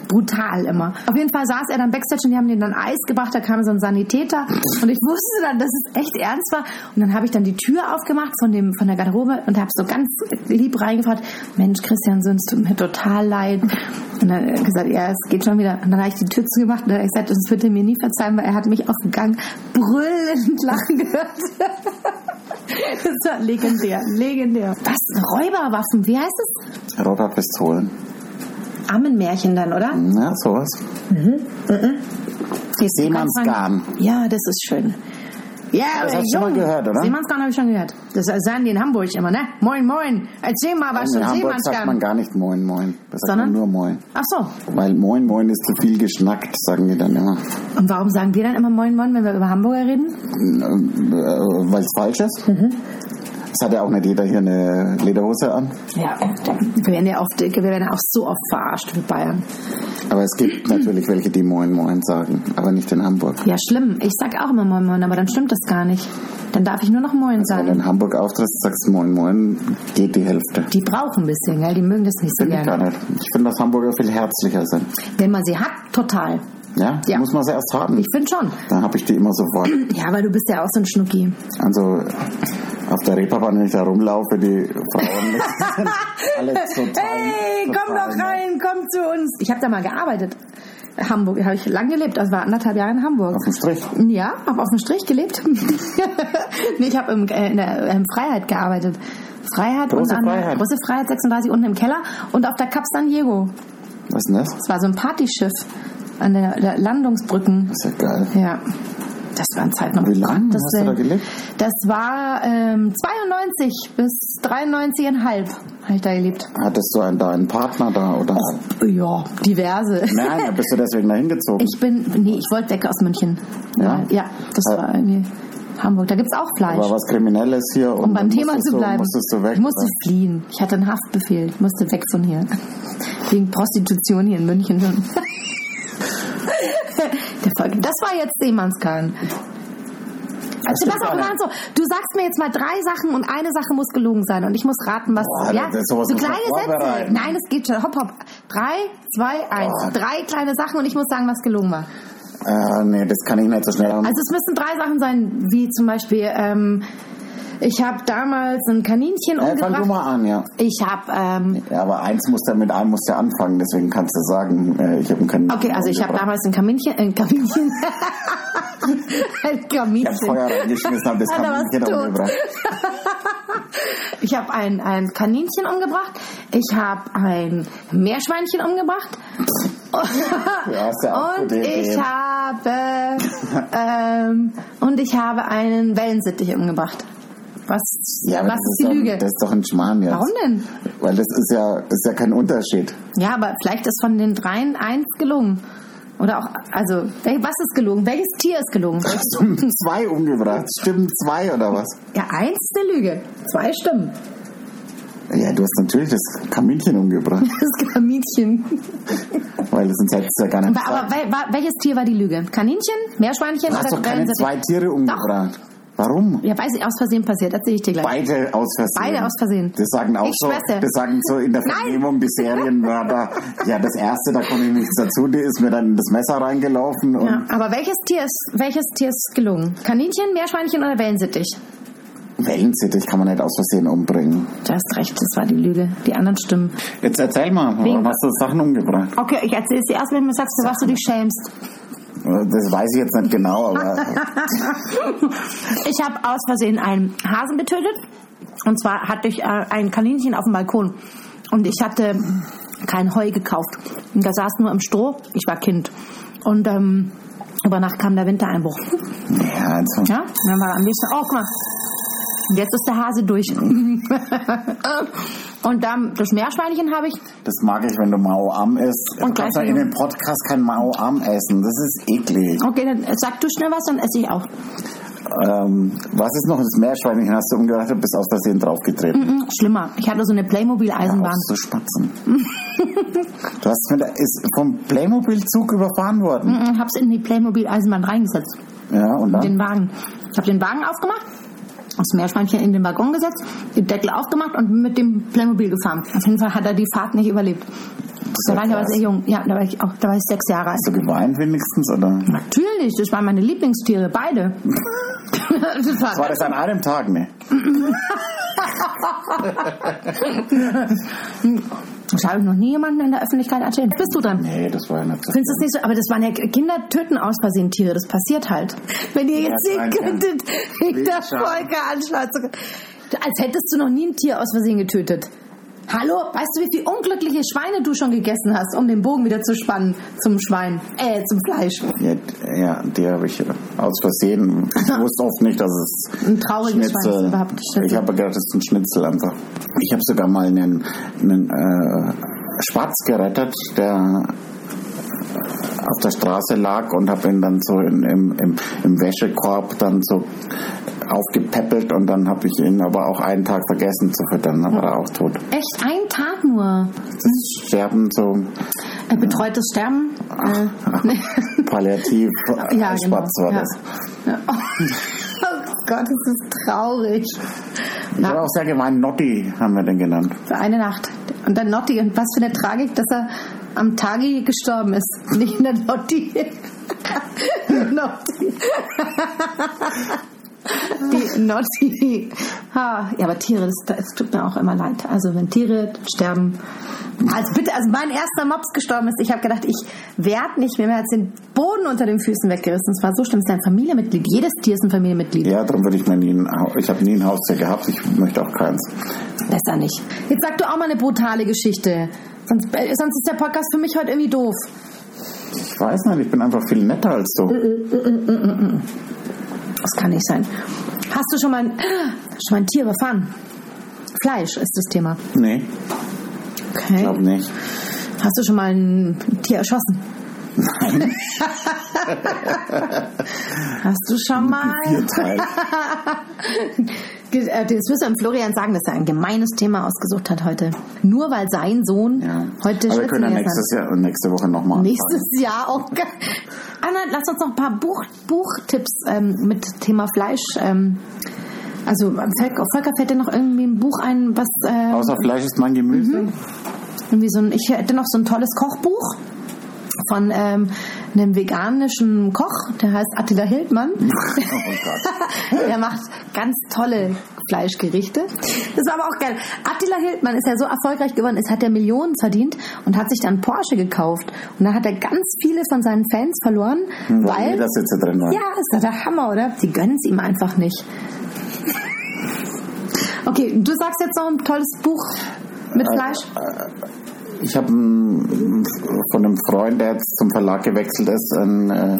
S2: brutal immer. Auf jeden Fall saß er dann backstage und die haben ihm dann Eis gebracht, da kam so ein Sanitäter und ich wusste dann, dass es echt ernst war und dann habe ich dann die Tür aufgemacht von dem von der Garderobe und habe so ganz lieb reingefragt, Mensch Christian, so, es tut mir total leid. Und dann hat er gesagt, ja, es geht schon wieder. Und dann habe ich die Tür zugemacht und dann hat er gesagt, das wird er mir nie verzeihen, weil er hat mich auf dem Gang brüllend lachen gehört. Das war legendär, legendär. Was? Räuberwaffen? Wie heißt es?
S1: Räuberpistolen.
S2: Ammenmärchen dann, oder?
S1: Ja, sowas.
S2: Jetzt
S1: Seemannsgarn.
S2: kann man- Ja, das ist schön. Ja,
S1: Das
S2: aber
S1: hast du schon mal
S2: jung.
S1: gehört, oder?
S2: Seemannsgarn habe ich schon gehört. Das sagen die in Hamburg immer, ne? Moin, moin. Erzähl mal was
S1: In
S2: von
S1: Hamburg sagt man
S2: Seemannsgarn.
S1: gar nicht Moin Moin. Das sagt
S2: Sondern?
S1: man nur Moin.
S2: Ach so.
S1: Weil Moin Moin ist zu viel geschnackt, sagen die dann immer.
S2: Und warum sagen wir dann immer moin, moin, wenn wir über Hamburger reden?
S1: Weil es Äh, falsch ist.
S2: Mhm.
S1: Es hat ja auch nicht jeder hier eine Lederhose an.
S2: Ja, wir werden ja oft, wir werden auch so oft verarscht mit Bayern.
S1: Aber es gibt natürlich welche, die Moin Moin sagen, aber nicht in Hamburg.
S2: Ja, schlimm. Ich sag auch immer moin, moin, aber dann stimmt das gar nicht. Dann darf ich nur noch moin
S1: Wenn du
S2: sagen.
S1: in Hamburg auftrittst, sagst du Moin Moin, geht die Hälfte.
S2: Die brauchen ein bisschen, gell? Die mögen das nicht so
S1: Finde ich gar
S2: gerne.
S1: nicht. Ich finde, dass Hamburger viel herzlicher sind.
S2: Wenn man sie hat, total.
S1: Ja,
S2: Ja.
S1: muss man sie erst haben.
S2: Ich finde schon.
S1: Dann habe ich die immer sofort.
S2: Ja, weil du bist ja auch so ein Schnucki.
S1: Also auf der Reeperbahn, wenn ich da rumlaufe, die Frauen sind alle total.
S2: Hey, komm
S1: total ne?
S2: doch rein, komm zu uns. Ich habe da mal gearbeitet. Hamburg, da habe ich lang gelebt. Also war anderthalb Jahre in Hamburg.
S1: Auf dem Strich.
S2: Ja, habe auf dem Strich gelebt. nee, ich habe im, äh, in der ähm, Freiheit gearbeitet. Freiheit
S1: Große
S2: und an der-
S1: Freiheit.
S2: große Freiheit 36 unten im Keller und auf der Cap San Diego.
S1: Was ist denn das?
S2: Das war so ein Partyschiff an der, der Landungsbrücken.
S1: Das ist ja geil.
S2: Ja. Das waren Zeiten. noch.
S1: Wie lange
S2: das,
S1: hast du da gelebt?
S2: Das war ähm, 92 bis 93,5. Habe ich da gelebt?
S1: Hattest du einen, da einen Partner da oder?
S2: Ja, diverse.
S1: Nein, da bist du deswegen dahin gezogen.
S2: Ich bin, nee, ich wollte weg aus München.
S1: Ja?
S2: Ja, das
S1: Ja.
S2: war irgendwie Hamburg. Da gibt's auch Fleisch.
S1: War was Kriminelles hier und
S2: um beim
S1: dann
S2: Thema
S1: musstest
S2: zu
S1: du-
S2: bleiben.
S1: Musstest du weg. ne?
S2: ich musste fliehen. Ich hatte einen Haftbefehl. Ich musste weg von hier. Wegen Prostitution hier in München. Der Volk- das war jetzt Seemannskan. Also,
S1: stimmt
S2: pass auf,
S1: gar
S2: wir
S1: nicht.
S2: machen so. Du sagst mir jetzt mal drei Sachen und eine Sache muss gelogen sein und ich muss raten, was.
S1: Boah,
S2: ja,
S1: das ist sowas
S2: so
S1: muss man
S2: kleine Sätze.
S1: vorbereiten.
S2: Nein, das geht schon. Hopp, hopp. Drei, zwei, eins.
S1: Boah.
S2: Drei kleine Sachen und ich muss sagen, was gelogen war.
S1: Äh, nee, das kann ich nicht so schnell haben.
S2: Also es müssen drei Sachen sein, wie zum Beispiel, ähm, ich habe damals ein Kaninchen
S1: äh, fang du
S2: umgebracht.
S1: mal an, ja.
S2: Ich habe, ähm,
S1: Ja, aber eins muss ja mit einem muss ja anfangen, deswegen kannst du sagen, äh, ich habe keinen.
S2: okay, also ich habe damals ein Kaninchen, ein Kaninchen, ein
S1: Ich hab
S2: Kaninchen.
S1: Feuer reingeschmissen, hab das
S2: Ah, da war's
S1: Kaninchen
S2: tot.
S1: umgebracht.
S2: Ich habe ein, ein Kaninchen umgebracht. Ich habe ein Meerschweinchen umgebracht.
S1: Ja, hast ja auch
S2: und
S1: gute
S2: ich
S1: Ideen.
S2: habe ähm, und ich habe einen Wellensittich umgebracht. Was,
S1: aber
S2: was
S1: das
S2: ist die
S1: doch, ein-
S2: Lüge?
S1: Das ist doch ein Schmarrn jetzt.
S2: Warum denn?
S1: Weil das ist ja, ist ja kein Unterschied.
S2: Ja, aber vielleicht ist von den dreien eins gelungen. Oder auch, also, wel- was ist gelungen? Welches Tier ist gelungen?
S1: Hast du zwei umgebracht? Stimmen zwei oder was?
S2: Ja, eins ist eine Lüge. Zwei stimmen.
S1: Ja, du hast natürlich das Kaninchen umgebracht,
S2: Das Kaninchen.
S1: weil das uns halt ja gar nicht.
S2: Aber, aber wel, wa- welches Tier war die Lüge? Kaninchen? Meerschweinchen?
S1: du hast doch keine
S2: Wellensittich?
S1: zwei Tiere umgebracht. Warum?
S2: Ja, weiß ich, aus Versehen passiert. Erzähle ich dir gleich.
S1: Beide aus Versehen.
S2: Beide aus Versehen.
S1: Das sagen auch
S2: Ich
S1: so,
S2: schwör's dir.
S1: das sagen so in der Vernehmung die Serienmörder. ja, das erste, da komme ich nichts dazu, die ist mir dann in das Messer reingelaufen und
S2: Ja, aber welches Tier ist, welches Tier ist gelungen? Kaninchen, Meerschweinchen oder Wellensittich?
S1: Wellensittich kann man nicht aus Versehen umbringen.
S2: Du hast recht, das war die Lüge. Die anderen stimmen.
S1: Jetzt erzähl mal, warum
S2: Wegen-
S1: hast du Sachen umgebracht?
S2: Okay, ich erzähle es dir erst, wenn du sagst, was du dich schämst.
S1: Das weiß ich jetzt nicht genau, aber
S2: Ich habe aus Versehen einen Hasen getötet. Und zwar hatte ich äh, ein Kaninchen auf dem Balkon. Und ich hatte kein Heu gekauft. Und da saß nur im Stroh. Ich war Kind. Und ähm, über Nacht kam der Wintereinbruch.
S1: ja, also,
S2: Ja? Und dann war am nächsten Tag, oh, guck mal. Und jetzt ist der Hase durch. und dann das Meerschweinchen habe ich.
S1: das mag ich, wenn du Mao Am isst.
S2: Und
S1: du kannst ja
S2: gleich-
S1: in dem Podcast kein Mao Am essen, das ist eklig.
S2: Okay, dann sag du schnell was, dann esse ich auch.
S1: Ähm, was ist noch das Meerschweinchen, hast du umgebracht und bist aus Versehen draufgetreten?
S2: Mhm, Schlimmer. Ich hatte so eine
S1: Auf
S2: Playmobil-Eisenbahn.
S1: zu spatzen. du hast mit der, ist vom Playmobil-Zug überfahren worden.
S2: Mhm, hab's in die Playmobil-Eisenbahn reingesetzt.
S1: Ja, und dann?
S2: den Wagen. Ich habe den Wagen aufgemacht, das Meerschweinchen in den Waggon gesetzt, den Deckel aufgemacht und bin mit dem Playmobil gefahren. Auf jeden Fall hat er die Fahrt nicht überlebt. Da
S1: ja
S2: war ich aber
S1: krass.
S2: sehr jung. Ja, da war ich auch, da war ich sechs Jahre alt.
S1: Hast du geweint wenigstens? Oder?
S2: Natürlich, das waren meine Lieblingstiere, beide. das war,
S1: War das an einem Tag? Ne.
S2: Hm. das habe ich noch nie jemandem in der Öffentlichkeit erzählt. Bist du dran?
S1: Nee, das war ja nicht so.
S2: Findest du es nicht so? Aber das waren ja Kinder töten aus Versehen Tiere. Das passiert halt. Wenn ihr jetzt
S1: Ja,
S2: sehen
S1: danke.
S2: könntet, wie
S1: Wie
S2: das
S1: schade.
S2: Volker anschnauzt. Als hättest du noch nie ein Tier aus Versehen getötet. Hallo, weißt du, wie viel unglückliche Schweine du schon gegessen hast, um den Bogen wieder zu spannen zum Schwein, äh, zum Fleisch?
S1: Ja, ja, die habe ich aus Versehen. Ich wusste oft nicht, dass es
S2: Ein trauriges Schwein ist
S1: Schnitzel.
S2: überhaupt Schnitzel.
S1: Ich habe gedacht, das ist ein Schnitzel einfach. Ich habe sogar mal einen, einen äh, Spatz gerettet, der auf der Straße lag und habe ihn dann so in, im, im, im Wäschekorb dann so aufgepäppelt und dann habe ich ihn aber auch einen Tag vergessen zu füttern, dann war er auch tot.
S2: Echt, ein Tag nur.
S1: Das Sterben so
S2: Äh, betreutes Sterben. Äh, nee.
S1: palliativ
S2: ja,
S1: ja,
S2: genau.
S1: Spatz war
S2: ja.
S1: das.
S2: Ja. Oh Gott, das ist traurig.
S1: Ich habe auch sehr gemeint, Notti haben wir den genannt.
S2: Für eine Nacht. Und dann Notti. Und was für eine Tragik, dass er am Tage gestorben ist. Nicht in der Notti. Notti. Die Notti. Ha. Ja, aber Tiere, das, das tut mir auch immer leid. Also wenn Tiere sterben. Also bitte, also mein erster Mops gestorben ist, ich habe gedacht, ich werd nicht mehr. Mir hat den Boden unter den Füßen weggerissen. Es war so schlimm. Es ist ein Familienmitglied. Jedes Tier ist ein Familienmitglied.
S1: Ja, darum würde ich mal nie ein Hau- Ich habe nie ein Haustier gehabt, ich möchte auch keins.
S2: Besser nicht. Jetzt sag du auch mal eine brutale Geschichte. Sonst, äh, sonst ist der Podcast für mich heute irgendwie doof.
S1: Ich weiß nicht, ich bin einfach viel netter als du.
S2: Äh, Das kann nicht sein. Hast du schon mal ein, schon mal ein Tier überfahren? Fleisch ist das Thema.
S1: Nee,
S2: Okay.
S1: glaub nicht.
S2: Hast du schon mal ein Tier erschossen? Nein. Hast du schon mal?
S1: Tierteil.
S2: Ge- äh, Das müssen wir dem Florian sagen, dass er ein gemeines Thema ausgesucht hat heute. Nur weil sein Sohn
S1: Ja.
S2: heute
S1: Aber wir können ja
S2: Schützenjäger
S1: nächstes Jahr und nächste Woche nochmal.
S2: Nächstes Jahr auch. ge- Anna, lass uns noch ein paar Buch, Buchtipps ähm, mit Thema Fleisch. Ähm, also Volker, Volker fällt dir noch irgendwie ein Buch ein, was äh,
S1: Außer Fleisch ist mein Gemüse.
S2: Mhm. irgendwie so ein. Ich hätte noch so ein tolles Kochbuch von ähm, einem veganischen Koch, der heißt Attila Hildmann.
S1: Oh Gott.
S2: der macht ganz tolle Fleischgerichte. Das war aber auch geil. Attila Hildmann ist ja so erfolgreich geworden, ist, hat er Millionen verdient und hat sich dann Porsche gekauft. Und dann hat er ganz viele von seinen Fans verloren,
S1: Weil
S2: weil
S1: das jetzt hier drin war.
S2: ja, ist doch der Hammer, oder? Sie gönnen es ihm einfach nicht. Okay, du sagst jetzt noch ein tolles Buch mit Fleisch.
S1: Ich habe von einem Freund, der jetzt zum Verlag gewechselt ist, ein, äh,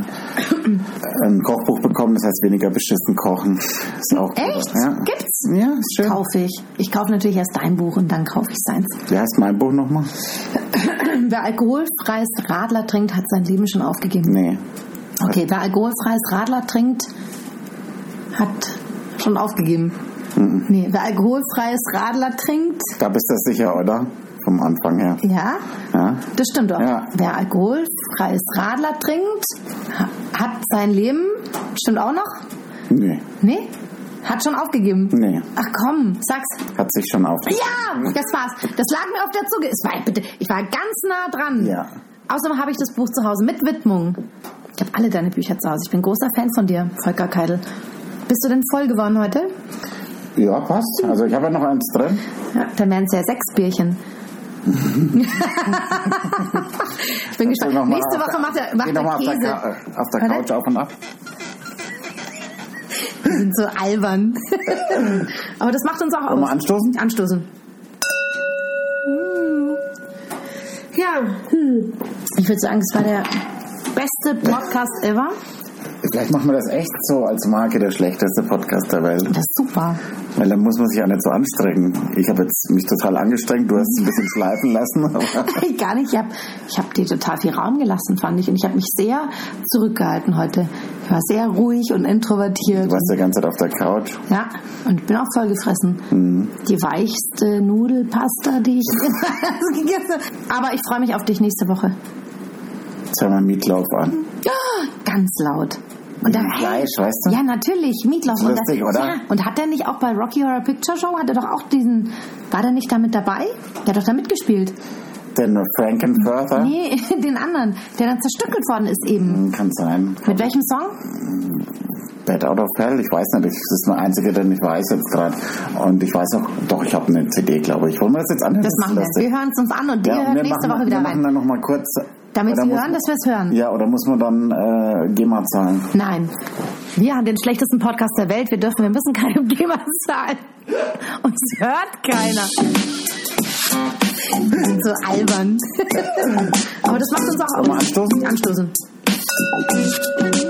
S1: ein Kochbuch bekommen, das heißt weniger beschissen kochen. Ist auch
S2: Echt?
S1: Ja.
S2: Gibt's?
S1: Ja, ist schön.
S2: Kaufe ich. Ich kaufe natürlich erst dein Buch und dann kaufe ich seins.
S1: Wie heißt mein Buch nochmal?
S2: Wer alkoholfreies Radler trinkt, hat sein Leben schon aufgegeben.
S1: Nee.
S2: Okay, wer alkoholfreies Radler trinkt, hat schon aufgegeben. Nee, wer alkoholfreies Radler trinkt,
S1: Da bist du sicher, oder? Vom Anfang her.
S2: ja,
S1: Ja.
S2: das stimmt doch.
S1: Ja.
S2: Wer alkoholfreies Radler trinkt, ha- hat sein Leben, stimmt auch noch?
S1: Nee.
S2: Nee, hat schon aufgegeben.
S1: Nee.
S2: Ach komm, sag's.
S1: Hat sich schon auf.
S2: Ja, das war's. Das lag mir auf der Zunge. Es war, bitte, ich war ganz nah dran.
S1: Ja.
S2: Außerdem habe ich das Buch zu Hause mit Widmung. Ich habe alle deine Bücher zu Hause. Ich bin großer Fan von dir, Volker Keidel. Bist du denn voll geworden heute?
S1: Ja, passt. Also ich habe ja noch eins drin.
S2: Ja, dann wären es ja sechs Bierchen. ich bin gespannt.
S1: Noch mal-
S2: Nächste Woche macht er, macht
S1: Geh noch
S2: er
S1: mal auf der,
S2: Käse.
S1: Ka- äh, auf der
S2: Warte.
S1: Couch auf und ab.
S2: Wir sind so albern. Aber das macht uns auch
S1: Wollen
S2: aus.
S1: wir anstoßen?
S2: Anstoßen. Hm. Ja, hm. ich würde sagen, es war der beste Podcast ever.
S1: Vielleicht machen wir das echt so als Marke der schlechteste Podcast der Welt.
S2: Das ist super.
S1: Weil dann muss man sich auch nicht so anstrengen. Ich habe jetzt mich total angestrengt, du hast es ein bisschen schleifen lassen. Aber
S2: Gar nicht. Ich habe ich hab dir total viel Raum gelassen, fand ich. Und ich habe mich sehr zurückgehalten heute. Ich war sehr ruhig und introvertiert.
S1: du warst die ganze Zeit auf der Couch.
S2: Ja, und bin auch voll gefressen.
S1: Mhm.
S2: Die weichste Nudelpasta, die ich jemals gegessen habe. Aber ich freue mich auf dich nächste Woche.
S1: Jetzt hören wir Meatloaf an.
S2: Ganz laut. Und dann,
S1: Fleisch, weißt du?
S2: ja, natürlich, Meatloaf. Und
S1: Lustig,
S2: das-
S1: oder?
S2: Ja. Und hat er nicht auch bei Rocky Horror Picture Show, hat er doch auch diesen, war der nicht da mit dabei? Der hat doch da mitgespielt.
S1: Den Frankenfurter?
S2: Nee, den anderen, der dann zerstückelt worden ist eben.
S1: Hm, Kann sein.
S2: Mit welchem Song?
S1: Bad Out of Hell? Ich weiß nicht. Das ist der einzige, den ich weiß jetzt gerade. Und ich weiß auch, doch, ich habe eine CD, glaube ich. Wollen wir das jetzt anhören?
S2: Das
S1: ist
S2: machen wir.
S1: lustig.
S2: Wir hören es uns an und ihr
S1: und
S2: hört
S1: wir
S2: nächste
S1: machen,
S2: Woche wieder
S1: wir machen
S2: rein.
S1: dann nochmal kurz.
S2: Damit
S1: Oder
S2: sie
S1: muss-
S2: hören, dass wir es hören.
S1: Ja, oder muss man dann äh, GEMA zahlen?
S2: Nein. Wir haben den schlechtesten Podcast der Welt. Wir dürfen, wir müssen keinem Thema zahlen. Uns hört keiner. Wir sind so albern. Aber das macht uns auch
S1: Wollen wir anstoßen?
S2: Anstoßen.